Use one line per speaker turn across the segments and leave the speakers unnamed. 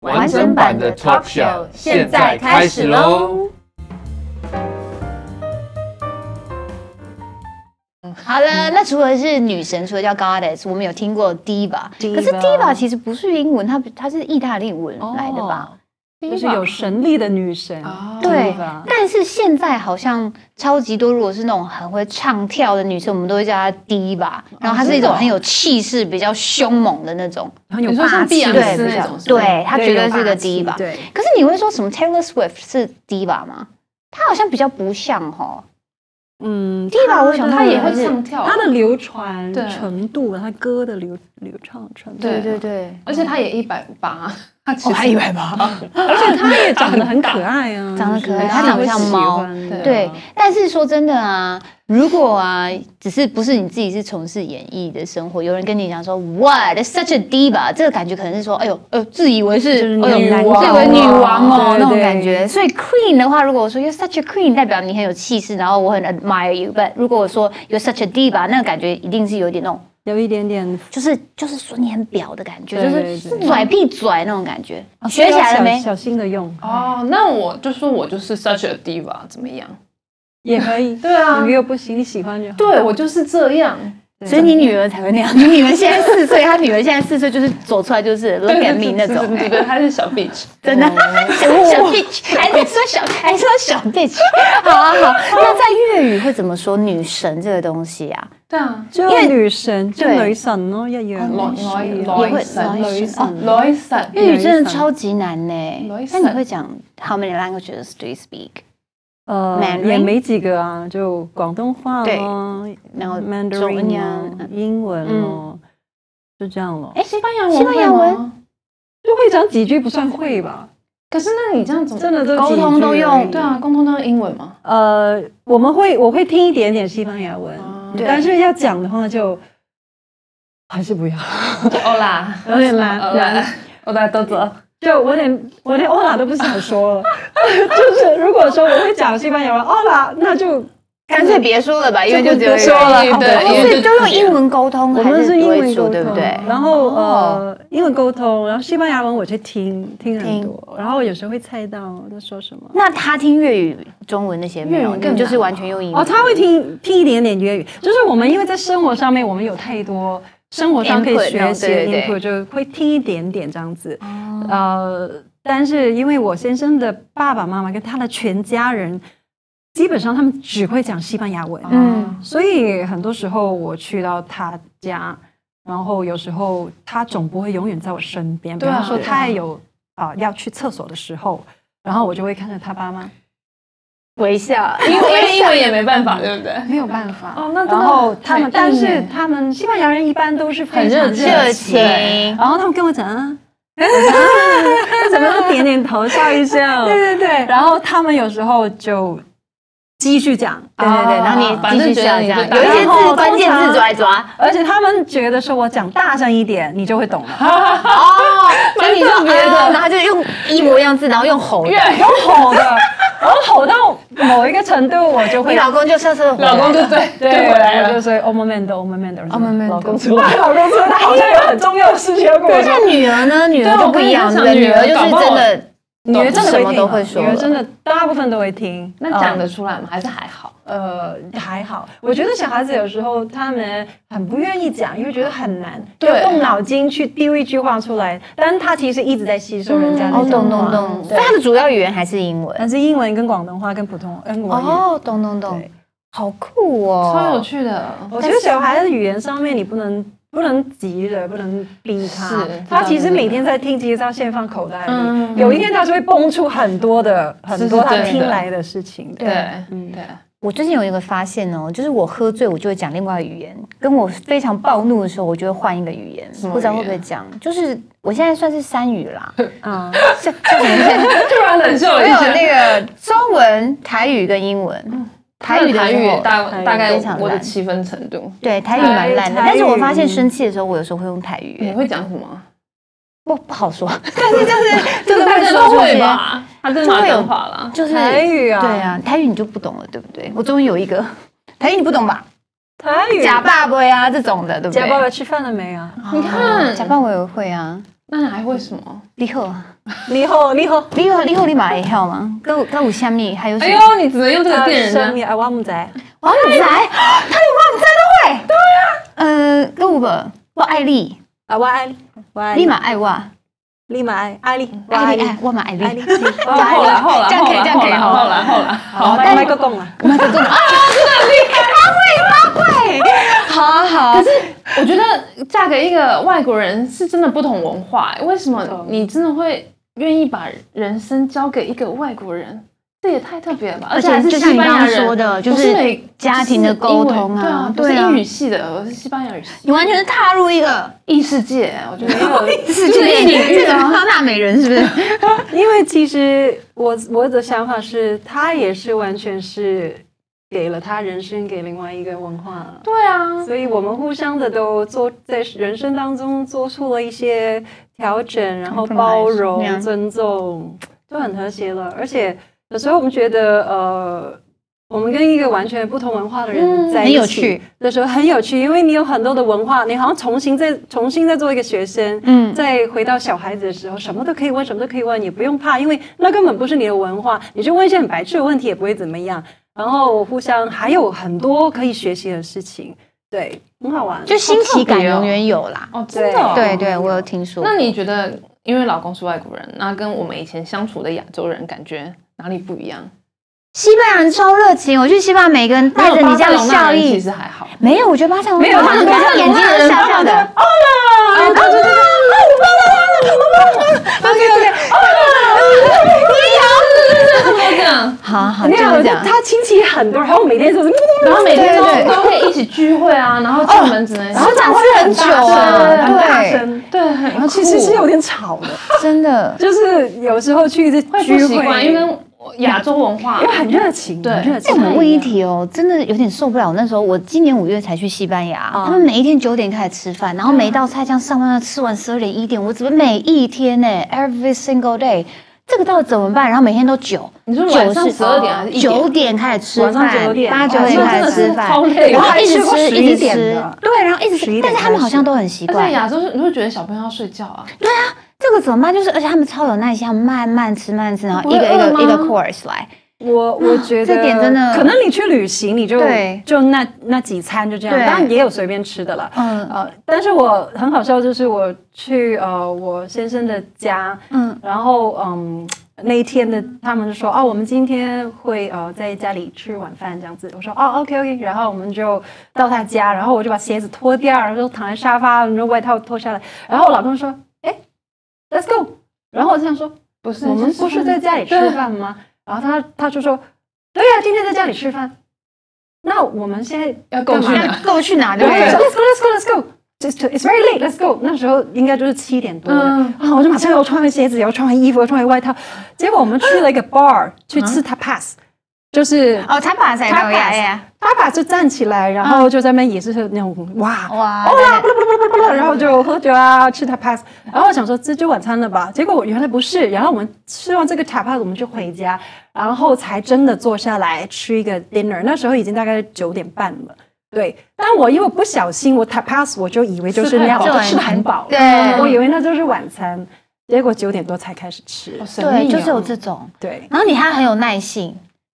完整版的 talk show 现在开始喽！
好了，那除了是女神，除了叫 Goddess，我们有听过 Diva，可是 Diva 其实不是英文，它它是意大利文来的吧？
就是有神力的女神，
啊
对
吧，
但是现在好像超级多，如果是那种很会唱跳的女生，我们都会叫她 Diva，然
哦
后她是一种很有气势、比较凶猛的那种。
很有
你说
霸
像碧
气
昂
的
斯
思
那
想
种，是吗
对，她绝对是
有
个嗯
霸气
Diva。
对，
可是你会说什么 Taylor Swift 是 Diva 吗？她好像比较不像哈
嗯，
，Diva，我想
她
她
也会
是
唱跳，
它的流传
对
程度，它歌的流流畅程度，
对
对对，
而且她也一百八，她其实
百吧。
而且它也长得很可爱啊，
长得可爱
就是
它嗯长得像猫
大家会喜欢啊的
对，但是说真的啊，如果啊，只是不是你自己是从事演艺的生活，有人跟你讲说 “What such a diva”，这个感觉可能是说，哎呦，呃，自以为是哎呦
女王
自以为女王哦
对
那种
对
感觉。所以 queen 的话，如果我说 “You're such a queen”，代表你很有气势，然后我很 admire you。but 如果我说 “You're such a diva”，那个感觉一定是有点那种，
有一点点
就是就是说你很婊的感觉，
对
就是
对对
拽屁拽那种感觉。哦学起来了
要
没
小？小心的用
哦，那我就说我就是 such a diva，怎么样？
也可 以，
对啊
你又不行，你喜欢就好。
对我就是这样，
所以你女儿才会那样。你女儿现在四岁，她女儿现在四岁就是走出来就是 look at me 那种，
对对，她是哦小 bitch。
真的小小 bitch，还在说小，还说小 bitch。好 啊好，那在粤语会怎么说女神这个东西啊？
对啊，
就女神，就
对哦
女神咯，一樣
女
女
女女神，
女神
神，女神，
粤语真的超级难呢
雷。
那
神
你会讲 how many languages do you speak？
呃
Mandarin
也没几个啊，就广东话
对
咯，
然后
啊
中
Mandarin
文呀
咯
嗯，
英文咯，就这样咯。
哎，
西班牙文，
西班牙文，
就会讲几句不算会吧？
可是那你这样怎么
真的都
沟
几句
通都用
而已
对啊，。沟通都用英文吗？
呃，我们会我会听一点点西班牙文，
对
但是要讲的话就还是不要，
欧 啦，
有点难
欧
难
啦，。欧啦，豆子，
啊就我连我连欧拉都不想说了， 就是如果说我会讲西班牙文欧拉，那就
干脆别说了吧，因为就只有
说了
一个
对
哦
因为
所
就
以都用英文沟通，
我
还
们
是
是英
不
文
会
沟
说，
通，
对不对？
嗯
然后
哦
呃，英文沟通，然后西班牙文我去听听很多，然后有时候会猜到在说什么。
那他听粤语、中文那些没
粤语
有，
更
你们就是
难
完全用英文
哦，他会听听一点点粤语，就是我们因为在生活上面，我们有太多生活上可以
Input，
学习的
对对
input，就会听一点点这样子。呃，但是因为我先生的爸爸妈妈跟他的全家人，基本上他们只会讲西班牙文，
嗯，
所以很多时候我去到他家，然后有时候他总不会永远在我身边，比
对啊
方说
对啊
他也有啊、呃要去厕所的时候，然后我就会看着他爸妈。
微笑。
因为因为英文也没办法，对不对？
没有办法
哦那真的
然后他们，
太
但
硬
是
耶
他们西班牙人一般都是非
很
常
热情
热情
然后他们跟我讲啊，啊怎么都点点头笑一笑， 对对对，然后他们有时候就继续讲，
对对
哦
对，然后
反
你
正
继续
觉
笑
得
这
你
样，
就打
有一些
然后
字
通
关键字
常
抓一抓。
而且他们觉得说我讲大声一点，你就会懂 了，
哦，所以你说别的，然后他就用一模一样字，然后用吼的。
然后吼的，然后吼到某一个程度，我就
你
会。
老公就瑟瑟回来
老公就对
对，
就回来
我
了
就。说 o m o m e n t o o m o m e n t
哦
o o m o m e n t
老公
出来，老公出来，他好像有很重要的事情要跟我
但
说。
是女儿呢，女儿就不一样，
对
对
我
不
刚才
对女儿
想
就
女儿
是
搞不好
真的
女儿真的
什
会
么
听
都
啊
会说
女儿
了
真的大部分都会听。
那
嗯
讲得出来吗？还是还好？
呃还好，我觉得小孩子有时候他们很不愿意讲，因为觉得很难，
对
要动脑筋去丢一句话出来，但是他其实一直在吸收人家的
哦，懂
讲
懂
话。
懂。所
对
以他的主要语言还是英文。
但是英文跟广东话跟普通呃跟国语。
哦，懂懂懂
对，
好酷哦，
超有趣的，
我觉得小孩的语言上面，你不能不能急着，不能逼他
是。
他其实每天在听，其实他先放口袋里，
嗯
有一天他就会蹦出很多的很多
是
他
真的
听来的事情。
对，
嗯
对，
我最近有一个发现哦，就是我喝醉，我就会讲另外语言；跟我非常暴怒的时候，我就会换一个语言，啊
么
不知道会不
语
会
言
讲。就是我现在算是三语啦，
啊，
像像什么？
突然冷笑
我
了一
有
下。
那个中文、台语跟英文。嗯台语的
台
时
语
候
大大概
非常
我的
烂
七分程度。
对台语嗯蛮烂的，
台
但是我发现
台语
生气的时候，我有时候会用台语。
你会讲什么？
不不好说， 但是就是就是
这个大
会
家
说
都
出
会
些，
吧？他这是马德话啦。
就是
台语啊，
对，啊，台语你就不懂了，对不对？我终于有一个 台语你不懂吧？
台语。
假爸爸呀这种的，对不
假爸
对？
爸吃饭了没啊？
你看
假，爸我也会啊，
那你还会什么？
你好，
你好，你好，
你好，你好，你马也跳吗？跟跟我下面还有哦什
哎
么
呦？，你只能用这个电人
生
呢。
意爱挖木仔，
王仔，哎他连王仔都会。对呀。呃，跟我吧，我爱丽，
啊，挖爱，挖爱，
立马爱我，啊
立马爱，爱丽，我
爱
爱
丽
丽，
爱，我嘛爱
爱
丽
丽。，爱
啊后来后来
这样
后
可以
来
这样可以
后
好
来后来后来，好，
丽，麦克贡啊，
麦克啊，真的，你他会，他会，好好。可是
我觉得嫁给一个外国人是真的不同文化、欸，为什么你真的会愿意把人生交给一个外国人？这也太特别了吧！
而且
还是
就像
西班牙
你刚刚
人
说的
不
就是是
美
家庭的沟通啊
就是英文对
对
啊，
啊
不是英语系的，我是西班牙语系，
你完全是踏入一个
异世界、我觉得没 有
世
就是
界
一领域
这种
啊。
哈娜美人是不是？
因为其实我我的想法是，他也是完全是给了他人生给另外一个文化，
对啊，
所以我们互相的都做在人生当中做出了一些调整，然后
Compromise，
包容、
啊
yeah
尊重，就很和谐了。而且有时候我们觉得，呃，我们跟一个完全不同文化的人在
很
一
有
起
趣
的时候很有趣，因为你有很多的文化，你好像重新再重新再做一个学生，
嗯
再回到小孩子的时候，什么都可以问，什么都可以问，也不用怕，因为那根本不是你的文化，你就问一些很白痴的问题也不会怎么样。然后互相还有很多可以学习的事情，对，很好玩。
就新奇感
好特别哦
永远有啦。
哦，真的、哦，
对对，我有听说。
那你觉得，因为老公是外国人，那跟我们以前相处的亚洲人感觉哪里不一样？
西班牙人超热情，我去西班牙，每个人带着你这样的笑
没有巴塞隆纳人其
意。
实还好。
没有，我觉得巴塞罗
没有
那
他们
人
巴塞
眼
隆
睛
纳
都
人
笑笑的。哦
啊，对对对，
哦
这样，
好好，
没
这
有
样
他
讲。
他亲戚很多，然后每天都是，
然后每天
对对
都都可以一起聚会啊，然后进门只能，然
然后讲吃很久啊，
很大
对，
声，
对，很
然后
酷
其实是有点吵的，
真的。
就是有时候去这
会不
聚
习
会，
惯，因为跟我亚洲文化
因为很热情，
对
很热
哎，
情
我。问一题哦，真的有点受不了。那时候我今年五月才去西班牙，
啊
他们每一天九点开始吃饭，然后每一道菜这样上班吃完十二点一点，我怎么每一天呢？Every single day，这个到底怎么办？然后每天都九，
你说晚上
九是
12点还是1点
九点开始吃
晚
饭，
上9点
八九
哇
点
这
开始
真的
吃
是
饭，
超累啊的
然后一直吃
我还吃过
一直
11点
吃
的，
对，然后一直
11
吃，
点
但是他们好像都很习
而且
惯。
亚洲你会觉得小朋友要睡觉啊，
这个怎么办？就是而且他们超有耐心，他们慢慢吃，慢慢吃，然后一个一
不
个
会
一
饿吗
个 course 来。
我我觉得
这点真的
可能你去旅行你就
对
就那那几餐就这样，
对
当然也有随便吃的了。
嗯
呃，但是我很好笑，就是我去呃我先生的家，
嗯，
然后嗯。那一天的他们就说哦，我们今天会呃在家里吃晚饭这样子。我说哦，OK OK，然后我们就到他家，然后我就把鞋子脱掉，然后就躺在沙发，然后外套脱下来。然后我老公说，哎，Let's go。然后我这样说，
不是
我们不是在家里吃饭吗？然后他他就说，对呀、今天在家里吃饭。那我们现在
要够去
干嘛
哪？
够去哪对
然
不对
后我 说？Let's go, let's go, let's go. Just to- It's very late. Let's go. 那时候应该就是七点多了，
嗯
然后我就马上要穿完鞋子，要穿完衣服，要穿完外套。结果我们去了一个 bar 去吃 tapas，、就是
嗯哦，他把谁
他
呀
把
呀呀？
tapas 就站起来，然
嗯
后就在那边也是那种哇
哇！
然后就喝酒啊，吃 tapas，然后我想说这就晚餐了吧，结果我原来不是，然后我们吃完这个 tapas 我们就回家，然后才真的坐下来吃一个 dinner，那时候已经大概九点半了。对，但我因为不小心，我 tapas 我就以为就是那样，我
吃太
就
饱
吃的很饱，
对
我以为那就是晚餐，结果九点多才开始吃啊
好，神
对，
秘哦
就是有这种。
对，
然后你还很有耐性，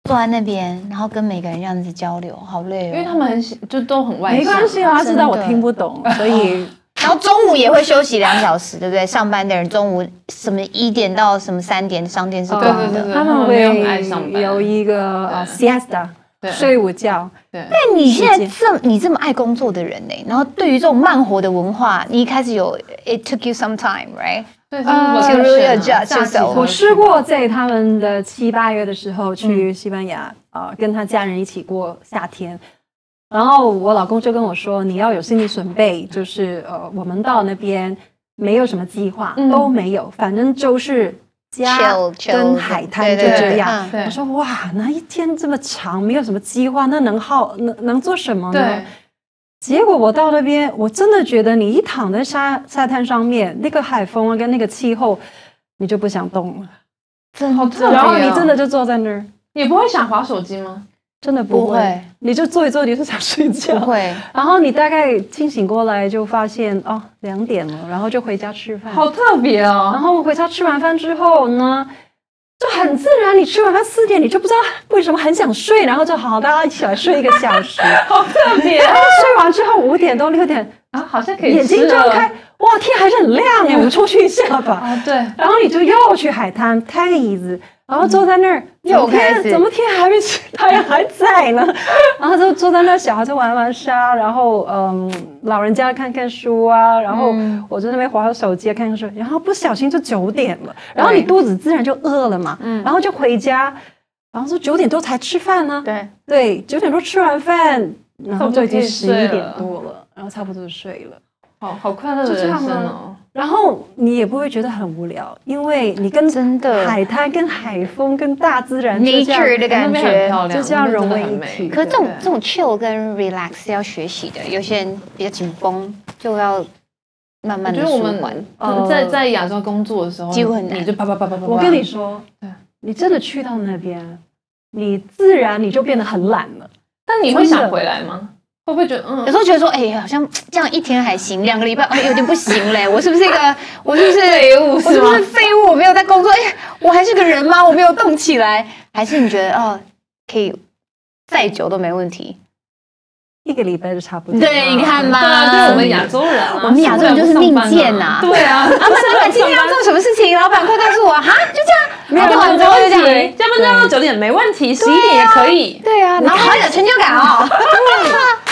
坐在那边，然后跟每个人这样子交流，好累哦。
因为他们很喜就都很外
没
向
关，系啊，他知道我
真的
听不懂，所以
然后中午也会休息两小时，对不对？上班的人中午什么一点到什么三点，商店是关
哦对对
的。
对
他们
他们没有很爱上
会
班
有一个呃 siesta。
对
睡午觉。
对，
但哎你现在这么你这么爱工作的人呢、然后对于这种慢活的文化，你一开始有 it took you some time, right？
对，
呃
就是
to really
我先生啊
adjust
假期
yourself
我试过在他们的七八月的时候去西班牙啊、呃跟他家人一起过夏天。然后我老公就跟我说，你要有心理准备，就是呃，我们到那边没有什么计划，
嗯
都没有，反正就是家
Chill, chill
跟海滩就
对对
这
对
样。
对嗯
我说哇，那一天这么长，没有什么计划，那能耗能能做什么呢
对？
结果我到那边，我真的觉得你一躺在沙沙滩上面，那个海风啊，跟那个气候，你就不想动了。
真
好
的
特别、哦，
然后你真的就坐在那儿，
也不会想划手机吗？
真的不
不
会，
会
你就坐一坐，你就想睡觉。
不会。
然后你大概清醒过来，就发现哦两点了，然后就回家吃饭。
好特别
然
哦，
后回家吃完饭之后呢，就很自然，你吃完饭四点，你就不知道为什么很想睡，然后就好，大啊家一起来睡一个小时。
好特别
然后睡完之后五点多六点，
啊，好像可以
眼睛
吃了
睁开，哇，天还是很亮 哎，我们出去一下吧。
啊，对，
然后你就又去海滩拍个椅子，然后坐在那儿，
又
怎么
嗯
天
开始
怎么天还没起，太阳还在呢，然后就坐在那儿，小孩就玩玩沙，然后嗯，老人家看看书啊，然后
嗯
我在那边划划手机啊看看书，然后不小心就九点了，然后你肚子自然就饿了嘛，
嗯
然后就回家，然后说九点多才吃饭呢，
对，
对，九点多吃完饭，然后就已经
差
十
不多可以
一
睡
点
了
多了，然后差不多就睡了。
好好快乐的
就这
人
样
生
啊。
哦
然后你也不会觉得很无聊，因为你跟
真的
海滩、跟海风、跟大自然就这样
nature 的感
哎那边很
觉。
漂亮，
就这样
那边真
融
的
为
很
一
美
体
可是这种
对
这种 chill 跟 relax 是要学习的，有些人比较紧绷，就要慢
我
慢
觉
的
得我
舒缓
们。呃在在亚洲工作的时候，
机会很
你
难
就啪啪啪啪啪啪，
我跟你说
对，
你真的去到那边，你自然你就变得很懒了。
但你会
真的
想回来吗？会不会觉得嗯
有时候觉得说，哎、好像这样一天还行，两个礼拜，哎，有点不行嘞。我是不是一个，我是不是废物？我是不
吗
是废物？我没有在工作，哎、我还是个人吗？我没有动起来，还是你觉得哦，可以再久都没问题？
一个礼拜就差不多。
对，你看
对啊，就是
吧，
我们亚洲人啊，
我们亚洲人就是命贱
呐
呐、
对啊，
啊，不是老板今天要做什么事情？老板快告诉我哈，就这样，然后做完之后就这样，
要不然到九点没问题，十一点也可以。
对啊，然后好有成就感哦。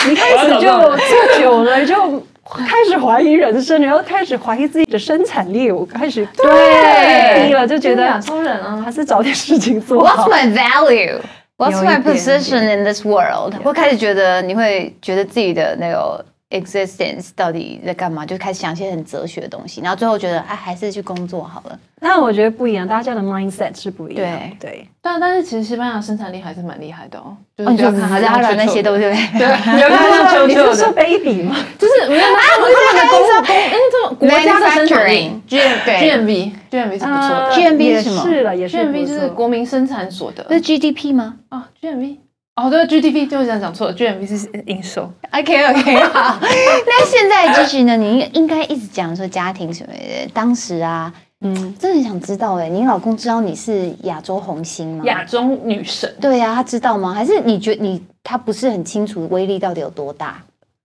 你开始就坐久了就。开始怀疑人生，然后开始怀疑自己的生产力，我开始对低了，就觉
觉得亚
得
洲人啊，
还是找点事情做
What's
好。
my value? What's
有一
my
点点
position in this world? 我开始觉得你会觉得自己的那个 existence 到底在干嘛，就开始想一些很哲学的东西，然后最后觉得哎、还是去工作好了。
但我觉得不一样，大家的 mindset 是不一样。
对
对，
但但是其实西班牙生产力还是蛮厉害的哦，就
哦，
是
你
不
说
要看他
Zara 那些都对不对？ 啊
对，不要看他
你是
球
说
球的，
baby 吗？
就是没有他们他们的公公，哎，这种国家的生产
Manufacturing，
力
对
GMV GMV 是不错的
呃
GMB 是什
也
么
是了，也是
，GMV
不
就是
错
国民生产所
不
得
是 GDP 吗
啊，GMV。哦，对，GDP 就是这样讲错了，GMV 是营收。
？OK OK，好。 那现在继续呢？你应该一直讲说家庭什么的。当时啊，嗯，真的很想知道哎、你老公知道你是亚洲红星吗？
亚洲女神，
对呀、他知道吗？还是你觉你他不是很清楚威力到底有多大？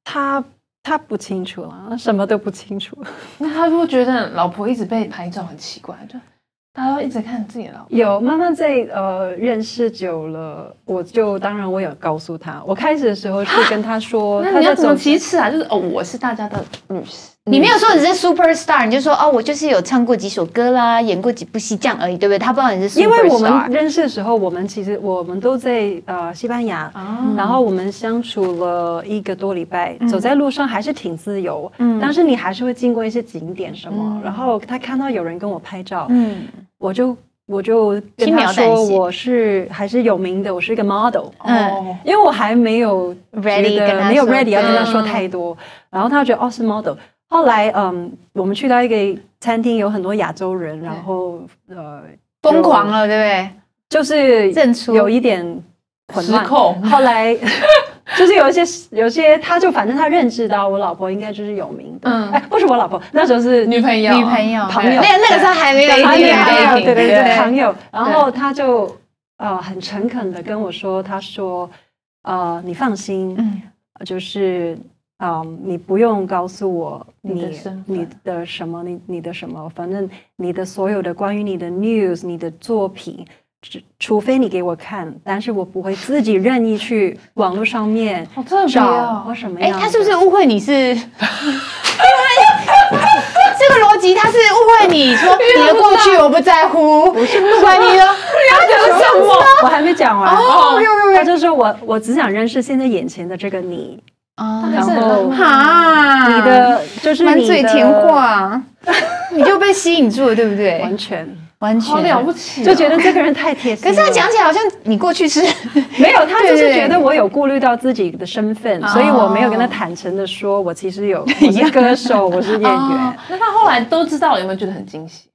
他他不清楚了，什么都不清楚。
那他会觉得老婆一直被拍照很奇怪，就大家都一直看自己的老婆。
有慢慢在呃认识久了，我就当然我有告诉他，我开始的时候是跟 他说，
那
他
你要
在
怎么
走
启齿啊？就是哦，我是大家的女神，
你没有说你是 super star，你就说哦，我就是有唱过几首歌啦，演过几部戏这样而已，对不对？他不知道你是 super star。
因为我们认识的时候，我们其实我们都在呃西班牙，
啊
然后我们相处了一个多礼拜，走在路上还是挺自由，但是你还是会经过一些景点什么，然后他看到有人跟我拍照，
嗯
我就我就跟
轻
他
描淡
说
写
我是还是有名的，我是一个 model，
嗯
哦
因为我还没有
Ready
觉得
跟他
没有
说
ready 要跟他说
嗯
太多，然后他觉得哦是 model。后来，嗯，我们去到一个餐厅，有很多亚洲人，然后呃，
疯狂了，对不对？
就是
认出
有一点混
失
乱。
控。
后来 就是有一些有些，他就反正他认知到我老婆应该就是有名的，
嗯
哎，不是我老婆，那时候是
女朋友，
女朋友
朋友
那那个时候还没有一
朋
点
友
点
朋友
dating，
对对
对
对，朋友。然后他就呃很诚恳的跟我说，他说呃你放心，
嗯
就是。啊、你不用告诉我
你的
你
身份
你的什么，你你的什么，反正你的所有的关于你的 news，你的作品，只除非你给我看，但是我不会自己任意去网络上面
好特别
找
哦
或什么
哎、
样的。
他是不是误会你是？ 这个逻辑他是误会你说你的过去我不在乎，不是不管你哦了。
讲什么？我还没讲完。啊
哦，有有有，
他就说我我只想认识现在眼前的这个你，
啊
还是很
然后
浪漫
哈，
你的就是
满
你
嘴
的
甜， 话，你就被吸引住了，对不对
完？全
完
好了不起哦，
就觉得这个人太贴心
可
了。
是他讲起来好像你过去是，
没有，他就
对
是
对
觉得我有顾虑到自己的身份，所以我没有跟他坦诚的说，我其实有我是歌手，我是演员。
那他后来都知道了，有没有觉得很惊喜？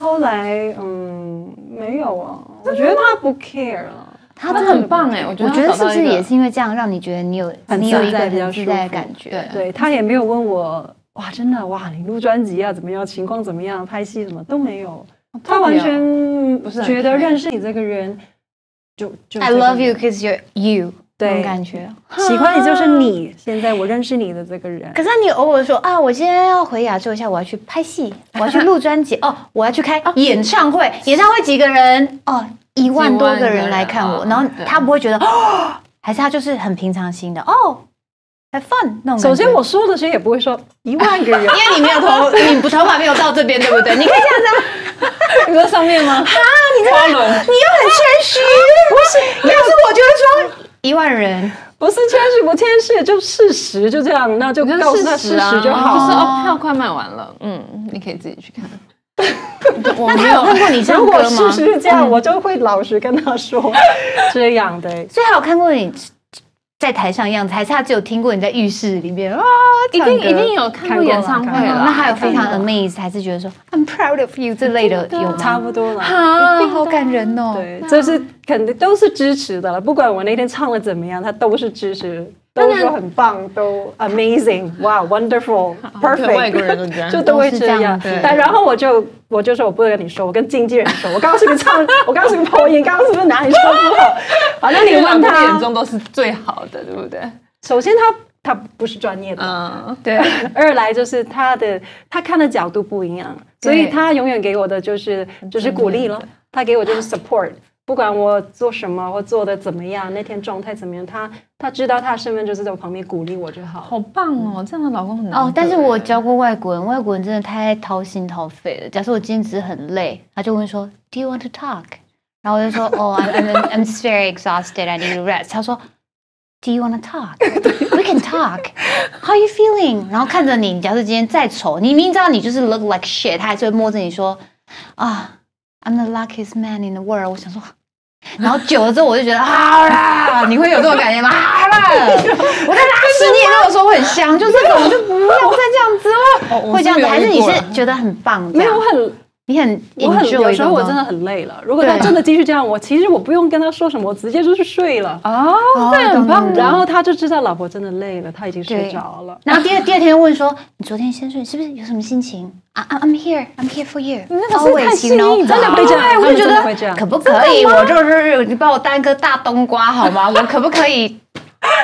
后来嗯，没有啊，我觉得他不 care 了。
他
他真的很棒哎，我觉
我
得
觉得是不是也
是
是因为这样让你觉得你有
很
你有
自
一个
在比较
很自在的
舒服
感觉？
对
对他也没有问我，哇，真的哇，你录专辑啊怎么样，情况怎么样，拍戏什么都没有，他完全
不是很
觉得
care
认识你这个人就就
I
这个
love you
人
because you're you，
对
那种感觉。
喜欢你就是你，现在我认识你的这个人。
可是你偶尔说啊，我今天要回亚洲一下，我要去拍 戏，我要去录专辑，哦，我要去开演唱会，演唱会几个人？哦，一万多个人来看我，
几万个人啊
然后
对
他不会觉得，哦，还是他就是很平常心的哦，have fun 那种感觉。
首先我说的时候也不会说一万个 人，
因为你没有头，你不头发没有到这边，对不对？ 你可以这样子啊，
你说上面吗？
花
你
轮，
又很谦虚，不是？要是我就会说一万人，
不是谦虚不谦虚，就事实就这样，那就
我觉
告诉
得
他
事实
事
啊
实就
就
好
是
了。
哦，票快卖完了，嗯，你可以自己去看。 我
那
没
他有
有
看过你唱
如
歌
果
吗？
事实是这嗯样，我就会老实跟他说这样的。
所以他有看过你在台上的样子，还是他只有听过你在浴室里面啊？
一定
唱歌
一定有看过演唱会
看过
了，
啦
那他有非
看过
常 amazed，还是觉得说 I'm proud of you 这类的有
差
吗？
不多了。
啊，好感人哦！
对，这是肯定都是支持的了。不管我那天唱的怎么样，他都是支持，都说很棒，都 amazing，哇，wonderful，perfect，
对外国人都这 样
哦
就都会
都
这样
是这样子。
但然后我就我就说我不能跟你说，我跟经纪人说，我刚刚是不是唱，我刚刚是不是跑音，刚刚是不是哪里说不好？反正你问
两个眼
他，
中都是最好的，对不对？
首先他他不是专业的，
嗯，
对，
二来就是他的他看的角度不一样，所以他永远给我的就是就是鼓励了，他给我就是 support，不 管我做什么或做的怎么样，那天状态怎么样，他他知道他的身份就是在我旁边鼓励我就好。
好棒哦，这样的老公很难得
哦，但是我教过外国人，外国人真的太掏心掏肺了。假设我今天只是很累，他就会说 Do you want to talk？然后我就说 Oh, I'm I'm I'm very exhausted. I need to rest. 他说 Do you want to talk? We can talk. How are you feeling? 然后看着你，假设今天再丑，你明明知道你就是 look like shit，他还是会摸着你说啊、I'm the luckiest man in the world。我想说。然后久了之后，我就觉得好啦，你会有这种感觉吗？好啦，我在拉屎，你也跟我说我很香，就这种，我就不要再这样子了。
哦
我
会这样子，
是没
还
有
是
遇
你
过
是觉得很棒？
没有，我，很
你很
我很
enjoy
有时候我
这
真
种
的很累了，如果他
对
真的继续这样，我其实我不用跟他说什么，我直接就去睡了。
哦，
哦
这很棒
懂
哦。
然后他就知道老婆真的累了，他已经睡
对
着了。
然后第二第二天问说，你昨天先睡，是不是有什么心情啊？I'm I'm here, I'm here for you.
那个是太
Always,
细
you
腻
know.
了，
真的会这样
对，我就觉
他们真的会这
得
样
可不可以？我就是你把我当一个大冬瓜好吗？我可不可以？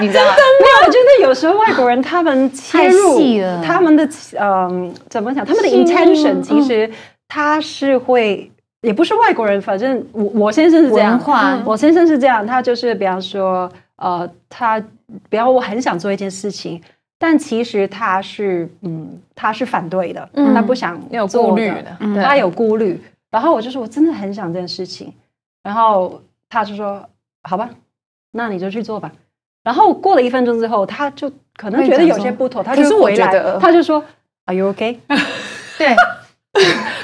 你知道吗？
没有，我觉得有时候外国人他们切
太
入
细了啊
他们的嗯、怎么讲，他们的
细腻吗
intention
嗯
其实他是会。也不是外国人，反正我我先生是这样，嗯
文化
嗯
我先生是这样，他就是比方说，呃，他比方我很想做一件事情，但其实他是嗯，他是反对的，他不想
嗯有
做
顾虑
的
的，
嗯
对
他有顾虑，然后我就说我真的很想这件事情，然后他就说好吧，那你就去做吧。然后过了一分钟之后，他就可能觉得有些不妥，他
可是
就
我
回来
觉得，
他就说 Are you OK？
对，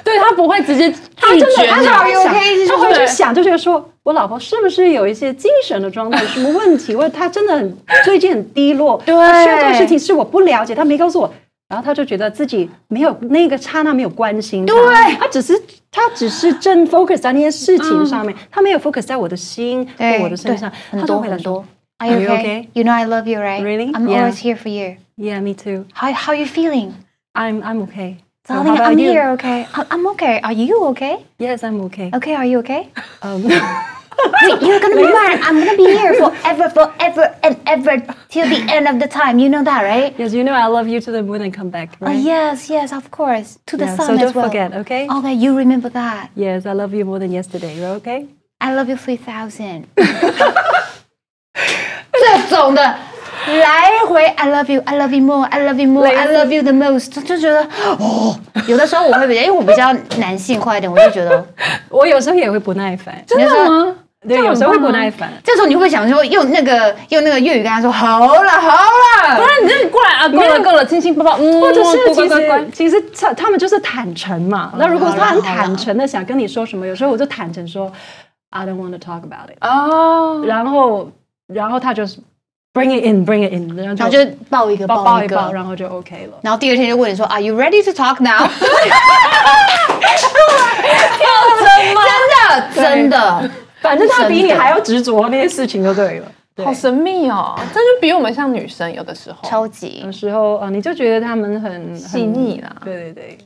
对他不会直接拒
啊真的，
绝
他
你
就。
Are
会
you
想
OK？
他会
对
去想，就觉得说我老婆是不是有一些精神的状态有什么问题，或者她真的很最近很低落，
对
她需要这个事情是我不了解，她没告诉我。然后她就觉得自己没有那个刹那没有关心她，
对嗯
她只是她只是真 focus 在那些事情上面，她没有 focus 在我的心
对
或我的身上。
对
她就回来
很多
说
Are you
Are you
okay?
okay?
You know I love you, right?
Really?
I'm
Yeah.
always here for you.
：“Yeah, me too.
How how you feeling?
I'm I'm okay. So
Darling,
how about
Oh, I'm
you?
here, Uh, okay? I- I'm okay. Are you okay?
Yes, I'm okay.
Okay, are you okay?
Um,
Wait, you're gonna be mine. I'm gonna be here forever, forever, and ever till the end of the time. You know that, right?
yes, you know I love you to the moon and come back,
Uh,
right?
yes, yes, of course. To the
Yeah,
sun
so
as
don't
well. Oh.
forget, okay?
Okay, you remember that.
Yes, I love you more than yesterday. You're okay?
I love you three thousand，这种的来回 I love you, I love you more, I love you more, I love you the most，就就觉得哦，有的时候我会比较，因为我比较男性化一点，我就觉 得
我有时候也会不耐烦，
真的吗？
对，有时候会
啊
不耐烦。
这时候你会不会想说用那个用那个粤语跟他说好了好了，
不然你就过来啊，够了够了，亲亲抱抱，嗯，
或者是
乖
其
乖乖嗯
实。其实他他们就是坦诚嘛。那如果他很坦诚的想跟你说什么，有时候我就坦诚说 I don't want to talk about it，
哦，
然后然后他就是 Bring it in, Bring it in，然
然
后
后就
就
抱一个
抱抱
一
一
个，
抱，然后就 OK 了。
然后第二天就问你说 Are you ready to talk now？真的真的，
反正他比你还要执着那些事情就对了。对
好神秘哦，这就比我们像女生有的时候。
超级
有。时候啊，呃你就觉得他们很
细腻啦
很对对对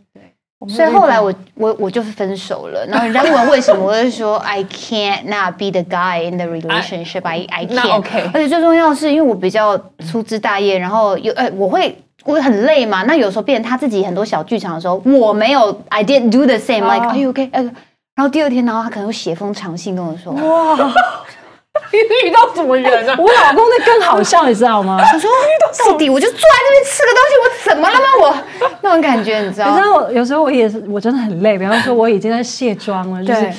对，
所以后来我我我就分手了。然后人家问我为什么，我就说 I can't not be the guy in the relationship. I I
那
can't.
OK
而且最重要是因为我比较粗枝大叶，然后有呃我会。我很累嘛，那有时候变成他自己很多小剧场的时候，我没有，I didn't do the same. Like, are you okay? 呃然后第二天，然后他可能会写封长信跟我说，
遇到什么人啊？
我老公那更好笑，你知道吗？
我说到底我就坐在那边吃个东西，我怎么了吗？我那种感觉，你知道
有
吗
时？候有时候我也是，我真的很累。比方说，我已经在卸妆了，就是
对，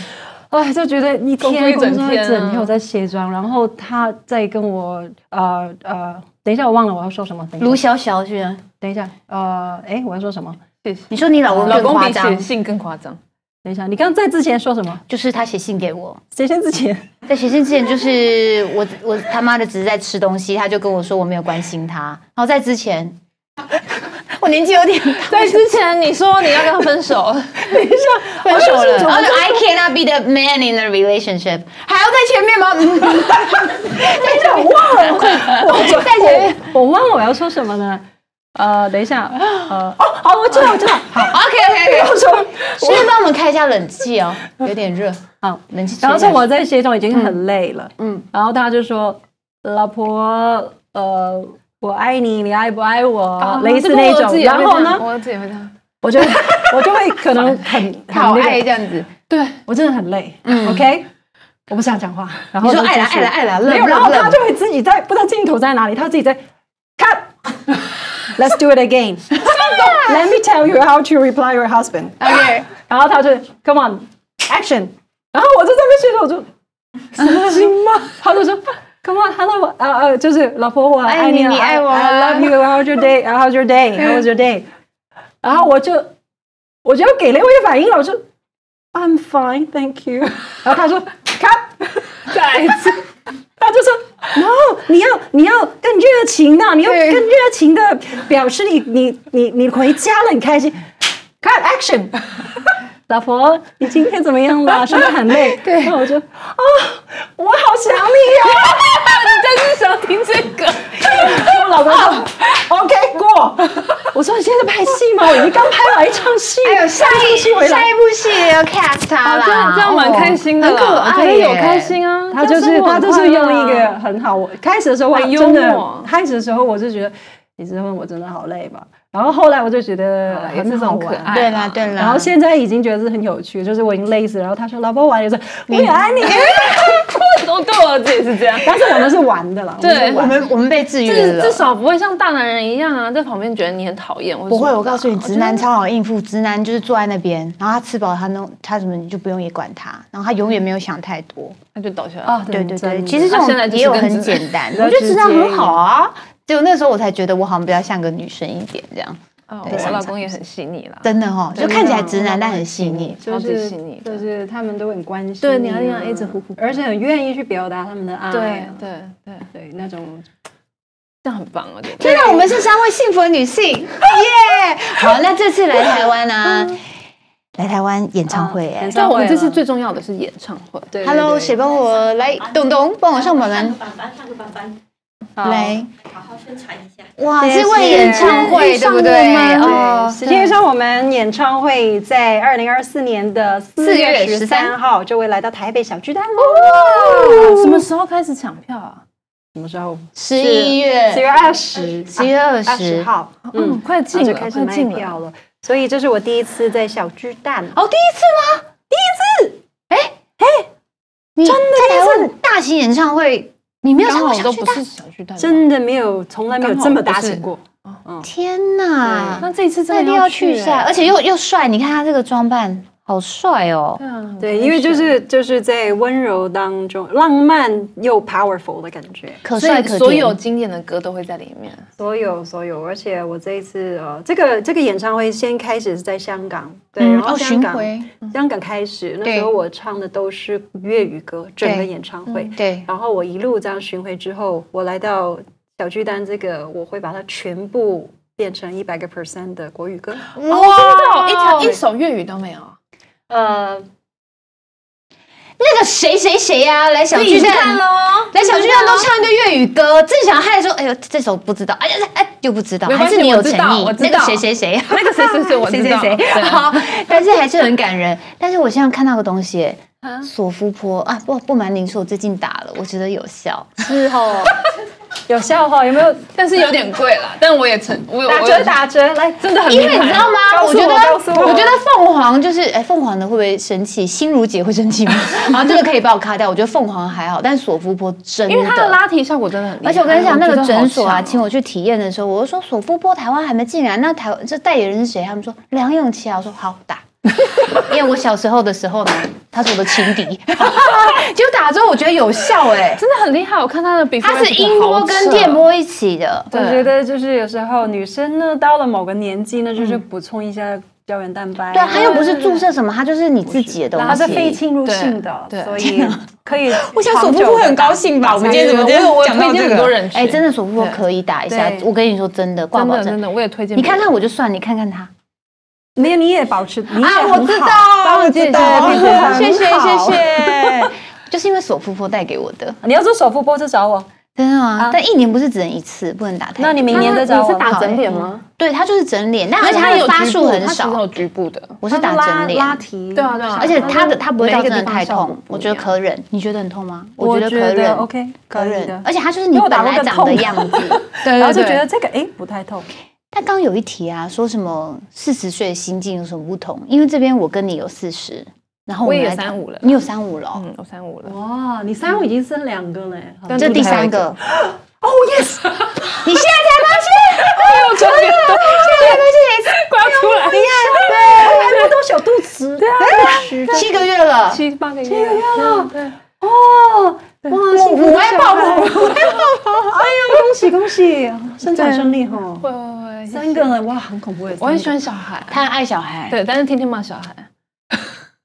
哎，就觉得一天
工作一整
工作
天啊
整天我在卸妆，然后他在跟我呃呃，等一下我忘了我要说什么，等
卢
一下，
小小居然，
等一下，呃，哎，我要说什么？
你说你老公
老
更
公
夸
比写
张，
信更夸张。
等一下，你刚刚在之前说什么？
就是他写信给我，
谁先之前？
在写信之前，就是我我他妈的只是在吃东西，他就跟我说我没有关心他。然后在之前，我年纪有点大，
在之前你说你要跟他分 手，啊
分手了，哦然后就 I cannot be the man in the relationship，还要在前面吗？嗯，在这忘了，我在前面。
我忘了我要说什么呢？呃，等一下，呃，哦，好，我知道，我知道，好，
OK OK
我
OK，
说，
顺便帮我们开一下冷气哦，有点热，
好，
冷气吹一下。
然后是我在卸妆已经很累了，
嗯
嗯，然后他就说：“老婆，呃，我爱你，你爱不爱
啊
我？”类似那
这个我儿子
种。
也会
然
这
后
样
呢，
我儿子也会这样，
我就 我就会可能很
好
很那个
爱这样子。对，
我真的很累，OK，我不想讲话。然后
你说
就
爱啦
继续
爱啦爱啦，
没有，
冷
然后
冷
他就会自己在不知道镜头在哪里，他自己在 cut。Let's do it again. Let me tell you how to reply your husband.
OK
然后他就 Come on, action. 然后我就在那边睡着，我就神经吗？ 他就说 Come on, hello，呃呃，就是老婆，我爱你，
爱你你爱我啊
I love you. How's your day? How's your day? How's your day? 然后我就我就要给了我一个反应了，我就 I'm fine, thank you. 然后他说 Cut，
再一次，
他就说 No，你要你要更热情的，你要更热情的表示你你你你回家了，你开心。Cut action，老婆，你今天怎么样了？是不是很累？对，那我就啊、我好想 你
你真是想听这个？
哦。我老公说 OK 过。我说你现在在拍戏吗？我已经刚拍完一场戏，
还有下一哦
戏回
下
来
一。部戏也要 cast 他啦，
这
哦
样这样蛮开心的
哦很可
啦，
爱
我觉得有
耶
开心啊。
他就
这样
是
生活
他
很
就是
快乐
用
啊
一个很好，我开始的时候我
很幽
真的
默，
开始的时候我就觉得，你知道吗？我真的好累吧。然后后来我就觉得
也是
很好
种可爱啊
玩。
对啦对啦。
然后现在已经觉得是很有趣，就是我已经累死了。然后他说：“老婆，我爱你。”我说：“我也爱你。
我对我儿子也是这样”。
但是我们是玩的啦，我们是
对
我
玩的
们我们被制约
至
了。
至少不会像大男人一样啊，在旁边觉得你很讨厌。不
不会，我告诉你，直男超好应付。直男就是坐在那边，然后他吃饱，他弄他什么你就不用也管他，然后他永远没有想太多。
他就倒下来。
啊，
对对
真
对，
的
其实这
他现在
种
就是
也有
跟
很
直男
简单，
比较
我觉得直男
直接
很好啊。 就那时候我才觉得我好像比较像个女生一点，这样
哦
对
我
上
老
场
公也很细腻啦，
真的哦，就
的
看起来直男但很细腻。
就
超级
是
细腻的
就是他们都很关心、
对你要这样一直呼呼
而且很愿意去表达他们的爱、
对，对对，
对，那种
这样很棒，啊我觉得。
真的，我们是三位幸福的女性，耶！好，那这次来台湾啊，来台湾演唱会哎
演
但
唱
我
会
们
啊
这次最重要的是演唱会，
对对
，Hello，
对
谁帮我来？东东帮我上榜单。
好
来，
好好宣传一下。
哇，
谢谢
是为演唱会对不对？哦，
实际上，我们演唱会在二零二四年的四
月
十
13
三号就会来到台北小巨蛋喽。哦
什么时候开始抢票啊？
什么时候？
十一月
四月二十，
十一月二
二十
十，
号，
嗯，
嗯，
快进
然后
了，
就开
快
始卖
进了。
票了。哦所以这是我第一次在小巨蛋，
哦，第一次吗？
你真的在台湾大型演唱会，你没有
刚
唱过
好
小
都
巨
不
蛋？
是小巨蛋吧，
真的没有，从哦来没有这么大
刚好不是
型过。
天哪！
那这一次
那
真
一
的
定要去一下，
欸
而且又又帅，你看他这个装扮，好帅哦！
对啊，
对，因为就是就是在温柔当中，浪漫又 powerful 的感觉。
可
所
帅
以
可甜
所有经典的歌都会在里面。
所
嗯
有所有，而且我这一次呃，这个这个演唱会先开始是在香港，对，
嗯
然后
哦
香
巡
港、
回
香港开始，那
对嗯
时候我唱的都是粤语歌，整个演唱会。
对，
然后我一路这样巡回之后，我来到小巨蛋这个，我会把它全部变成一百个 percent 的国语歌。
哇，一条一首粤语都没有。
呃，
那个谁谁谁呀，来小巨蛋
喽，
来小巨
啊
蛋都唱一个粤语歌，郑想害说，哎呦这首不知道，哎呀哎又不知道，
没关
还
系
是你有
我
诚
知道
意
我，知
那个
道啊
谁谁谁，
那个谁谁谁，我
谁
知
谁
道。
谁， 好，但是还是很感人。但是我现在看到个东西，索夫坡啊，不不瞒您说，我最近打了，我觉得有 效。
是哦，有笑话有没有？
但是有点贵啦，但我也承，我有
打折打折，来，
真的很
因为你知道吗？
告
我
诉
觉得
我告诉，我
我觉得凤凰就是，哎，凤凰的会不会生气？心如姐会生气吗？ 然后这个可以把我卡掉。我觉得凤凰还好，但是索夫坡真的，
因为它的拉提效果真的很厉害。
而且我跟你讲，那个诊所啊，请
我
我去体验的时候，我就说索夫波台湾还没进来，那台这代言人是谁？他们说梁咏琪啊，我说好打， 因为我小时候的时候呢，他是我的情敌， 就打之后我觉得有效哎、
真的很厉害。我看他的哦比，
它是音波跟电，波一起的，
我觉得就是有时候女生呢，到了某个年纪呢，就是补充一下胶原蛋白。
嗯
啊
对，它又不是注射什么，它啊就是你自己的东
然
西。
后它是非侵入性的，
对
所
对
以可以长久地打。
我想索夫波很高兴吧？我们今天怎么今天讲到
推荐
这
很多
个？
人去
哎，真的索夫波可以打一下
对，
我跟你说真的，挂
真
保
的
证
真。的，我也推荐。
你看看我就算，你看看他。
没有，你也保持，你也
啊，
很
我
好
知道，
帮我介绍，
我
你
知
也很
道
好
谢谢谢。谢， 就是因为索夫婆带给我的，
你要做首付波就找我，
真的吗？但一年不是只能一次，不能打太多。
那你明年再找我。
你是打整脸吗？
对它就是整脸，但而
而
且
且
它
它
的
有
发数很
它只有
少，
局部的。
我是打
拉
整 脸。
拉提，
对啊对啊
而且它的它不会到真的太
每一个地方效果
痛，
不一样
我觉得可忍。你觉得很痛吗？
我
觉得
觉
可
得
忍
OK，
可
可以
忍
的。
而且它就是
因
你
为我
本
打过
来
更
长的
痛
样子。
对
然后就觉得这个哎不太痛，
但刚刚有一题啊，说什么四十岁的心境有什么不同？因为这边我跟你有四十，然后我
我
们
也
来
有35了
你有三五了哦，
嗯，我三五了。
哇，你三五已经生两个了，好
这第三个。哦 yes，你 现在才发现。
我真的快要出来，
还没多小肚子，对啊，
七个月了，
七八个月，七个月了，对，
哇，母爱 爆棚，母爱爆棚，哎呦，恭喜恭喜，生产顺利哈，
会会会。
三个了哇，很恐怖耶，
我很喜欢小孩，
他爱小孩，
对，但是天天骂小孩，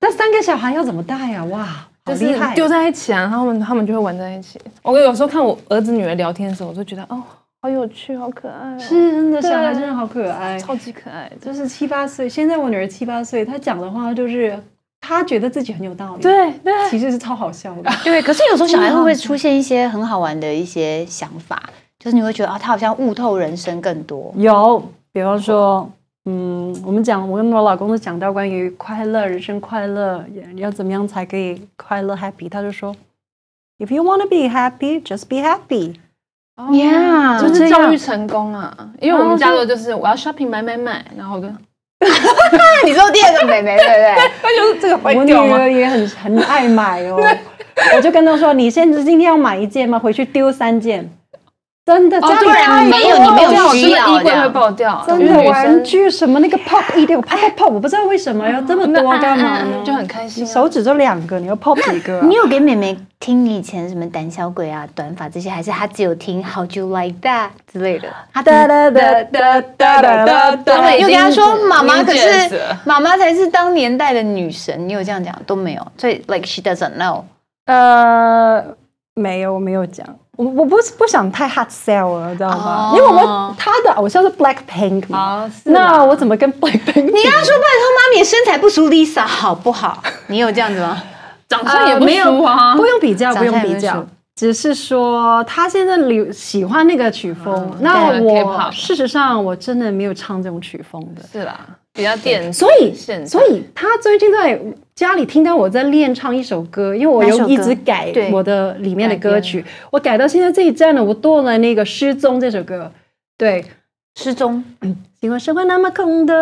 那三个小孩要怎么带呀？哇，好
就是
厉害，
丢在一起啊，然后他们他们就会玩在一起。我有时候看我儿子女儿聊天的时候，我就觉得哦，好有趣，好可爱、哦，
真的
对
小孩真的好可爱，
超级可爱的。
就是七八岁，现在我女儿七八岁，她讲的话就是她觉得自己很有道理，，
对对，
其实是超好笑的。
对。可是有时候小孩会不会出现一些很好玩的一些想法？就是你会觉得啊，他好像悟透人生更多。
有，比方说，嗯，我们讲，我跟我老公都讲到关于快乐、人生快乐，要怎么样才可以快乐 happy，他就说，If you want to be happy, just be happy。
呀
就
就这
是教
样
育成功啊！因为我们家的就是我要 shopping 买买买，然后我就
你说第二个妹妹对不对？
我女儿也很很爱买哦，我就跟她说，你现在今天要买一件吗？回去丢三件。真的，家里
不然
太
没有
多
你没有
了
需要
真的衣
这
柜
样
会啊爆掉，
真
因
的
为女
玩
生
具什么那个 pop 一定有 pop pop pop，我不知道为什么要这么多
嗯
干嘛呢？
就很开心
你
啊
手指就两个，你要 pop 几个啊、
你有给妹妹听以前什么胆小鬼啊、短发这些，还是她只有听 How do you like that 之类的？她
哒哒啊哒哒哒哒哒
他哎们已
又
经
跟她说妈妈，
已
可
经
是
jazz 了
妈妈才是当年代的女神。你有这样讲都没有，所以 like she doesn't know。
呃，没有，我没有讲。我我不不想太 hard sell 了，知道吗
哦
因为我们他的偶像是 Black Pink 嘛
哦是啦
那我怎么跟 Black
你
Pink？
跟她说，拜托妈咪的身材不输 Lisa 好不好？你有这样子吗？
长相也不
呃没有
输啊，
不用比较，
长
不用
相也
比
不
较
输，
只是说他现在流喜欢那个曲风。那
对
我
K-pop
事实上我真的没有唱这种曲风的，
是啦，比较电，
所以
现在
所以他最近在家里听到我在练唱一首歌，因为我
哪首
有
歌
一直改
对
我的里面的
改
歌
编
曲，我改到现在这一站呢，我多了那个《失踪》这首歌，对，
失踪。
尽管生活那么空洞，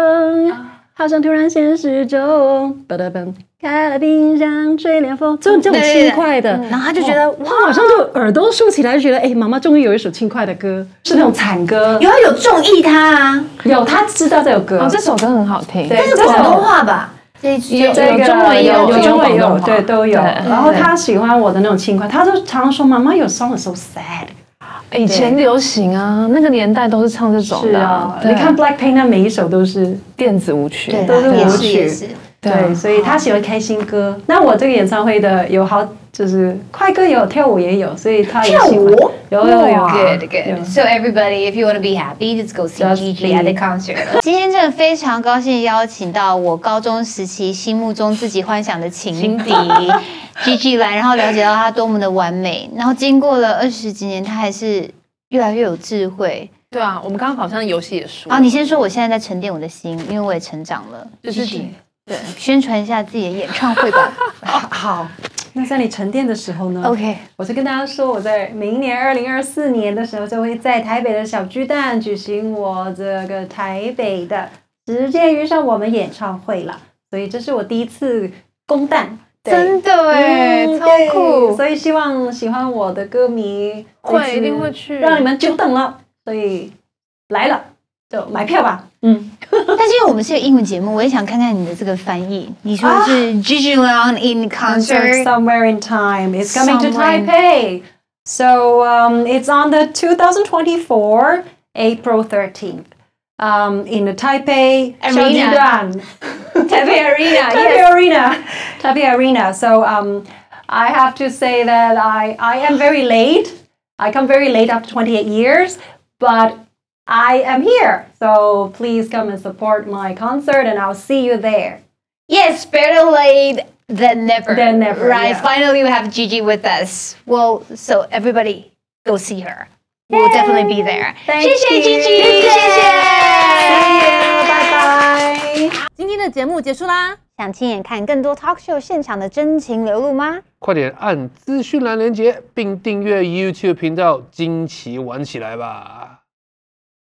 好像突然现实中，噔噔噔，开了冰箱吹凉风，这种这种轻快的，
然后他就觉得
哇，马上就耳朵竖起来，就觉得哎，妈妈终于有一首轻快的歌，是那种惨歌，
有有中意他啊，
有他知道这首歌
哦，，这首歌很好听。
对
这是广东话吧？这一句
有
这个
中文也有
有中文也
有广
有
东话
对都有。
对
然后他喜欢我的那种轻快，他就常说妈妈有 song is so sad。
以前流行啊，那个年代都是唱这种
是
的
啊
啊。，
你
对
看 Blackpink 那每一首都是
电子舞曲，
对
都是
啦，也
舞
是
曲
也是。
对啊
对，所以他喜欢开心歌。那我这个演唱会的有好就是快歌也有，跳舞也有，所以他也喜欢。
跳舞
有有
啊
有
Good, good.
有
So everybody, if you want to be happy, just go see
Just
Gigi at the
be-
concert.
今天真的非常高兴邀请到我高中时期心目中自己幻想的情敌 Gigi 来，然后了解到她多么的完美，然后经过了二十几年，她还是越来越有智慧。
对啊，我们刚刚好像游戏也输
好，你先说，我现在在沉淀我的心，因为我也成长了。
就是
宣传一下自己的演唱会吧。
好。那在你沉淀的时候呢
OK
我就跟大家说，我在明年二零二四年的时候，就会在台北的小巨蛋举行我这个台北的直接遇上我们演唱会了。所以这是我第一次公蛋，对
的
嗯对所以希望喜欢我的歌迷这
会
次
一定会去，
让你们久等了，所以来了就买票吧。
但是因为我们是个英文节目，我也想看看你的这个翻译。你说是 Gigi Leung in concert，
somewhere in time. It's coming to
Somewhere in-
Taipei. So um, it's on the 2024 April 13th. Um, in the Taipei
Arena.
Arena.
Taipei Arena,
Taipei Arena. Taipei Arena. So um, I have to say that I, I am very late. I come very late after 28 years, but I am here. So please come and support my concert, and I'll see you there.
Yes, better late than never.
Than never,
Right.
yeah.
Finally, we have Gigi with us. Well, so everybody go see her. We'll definitely be there.
Thank
Gigi,
you.
Gigi,
Thank you.
Gigi.
Bye bye.
今天的节目结束啦，
想亲眼看更多 talk show 现场的真情流露吗？
快点按资讯栏连接，并订阅 YouTube 频道，惊奇玩起来吧！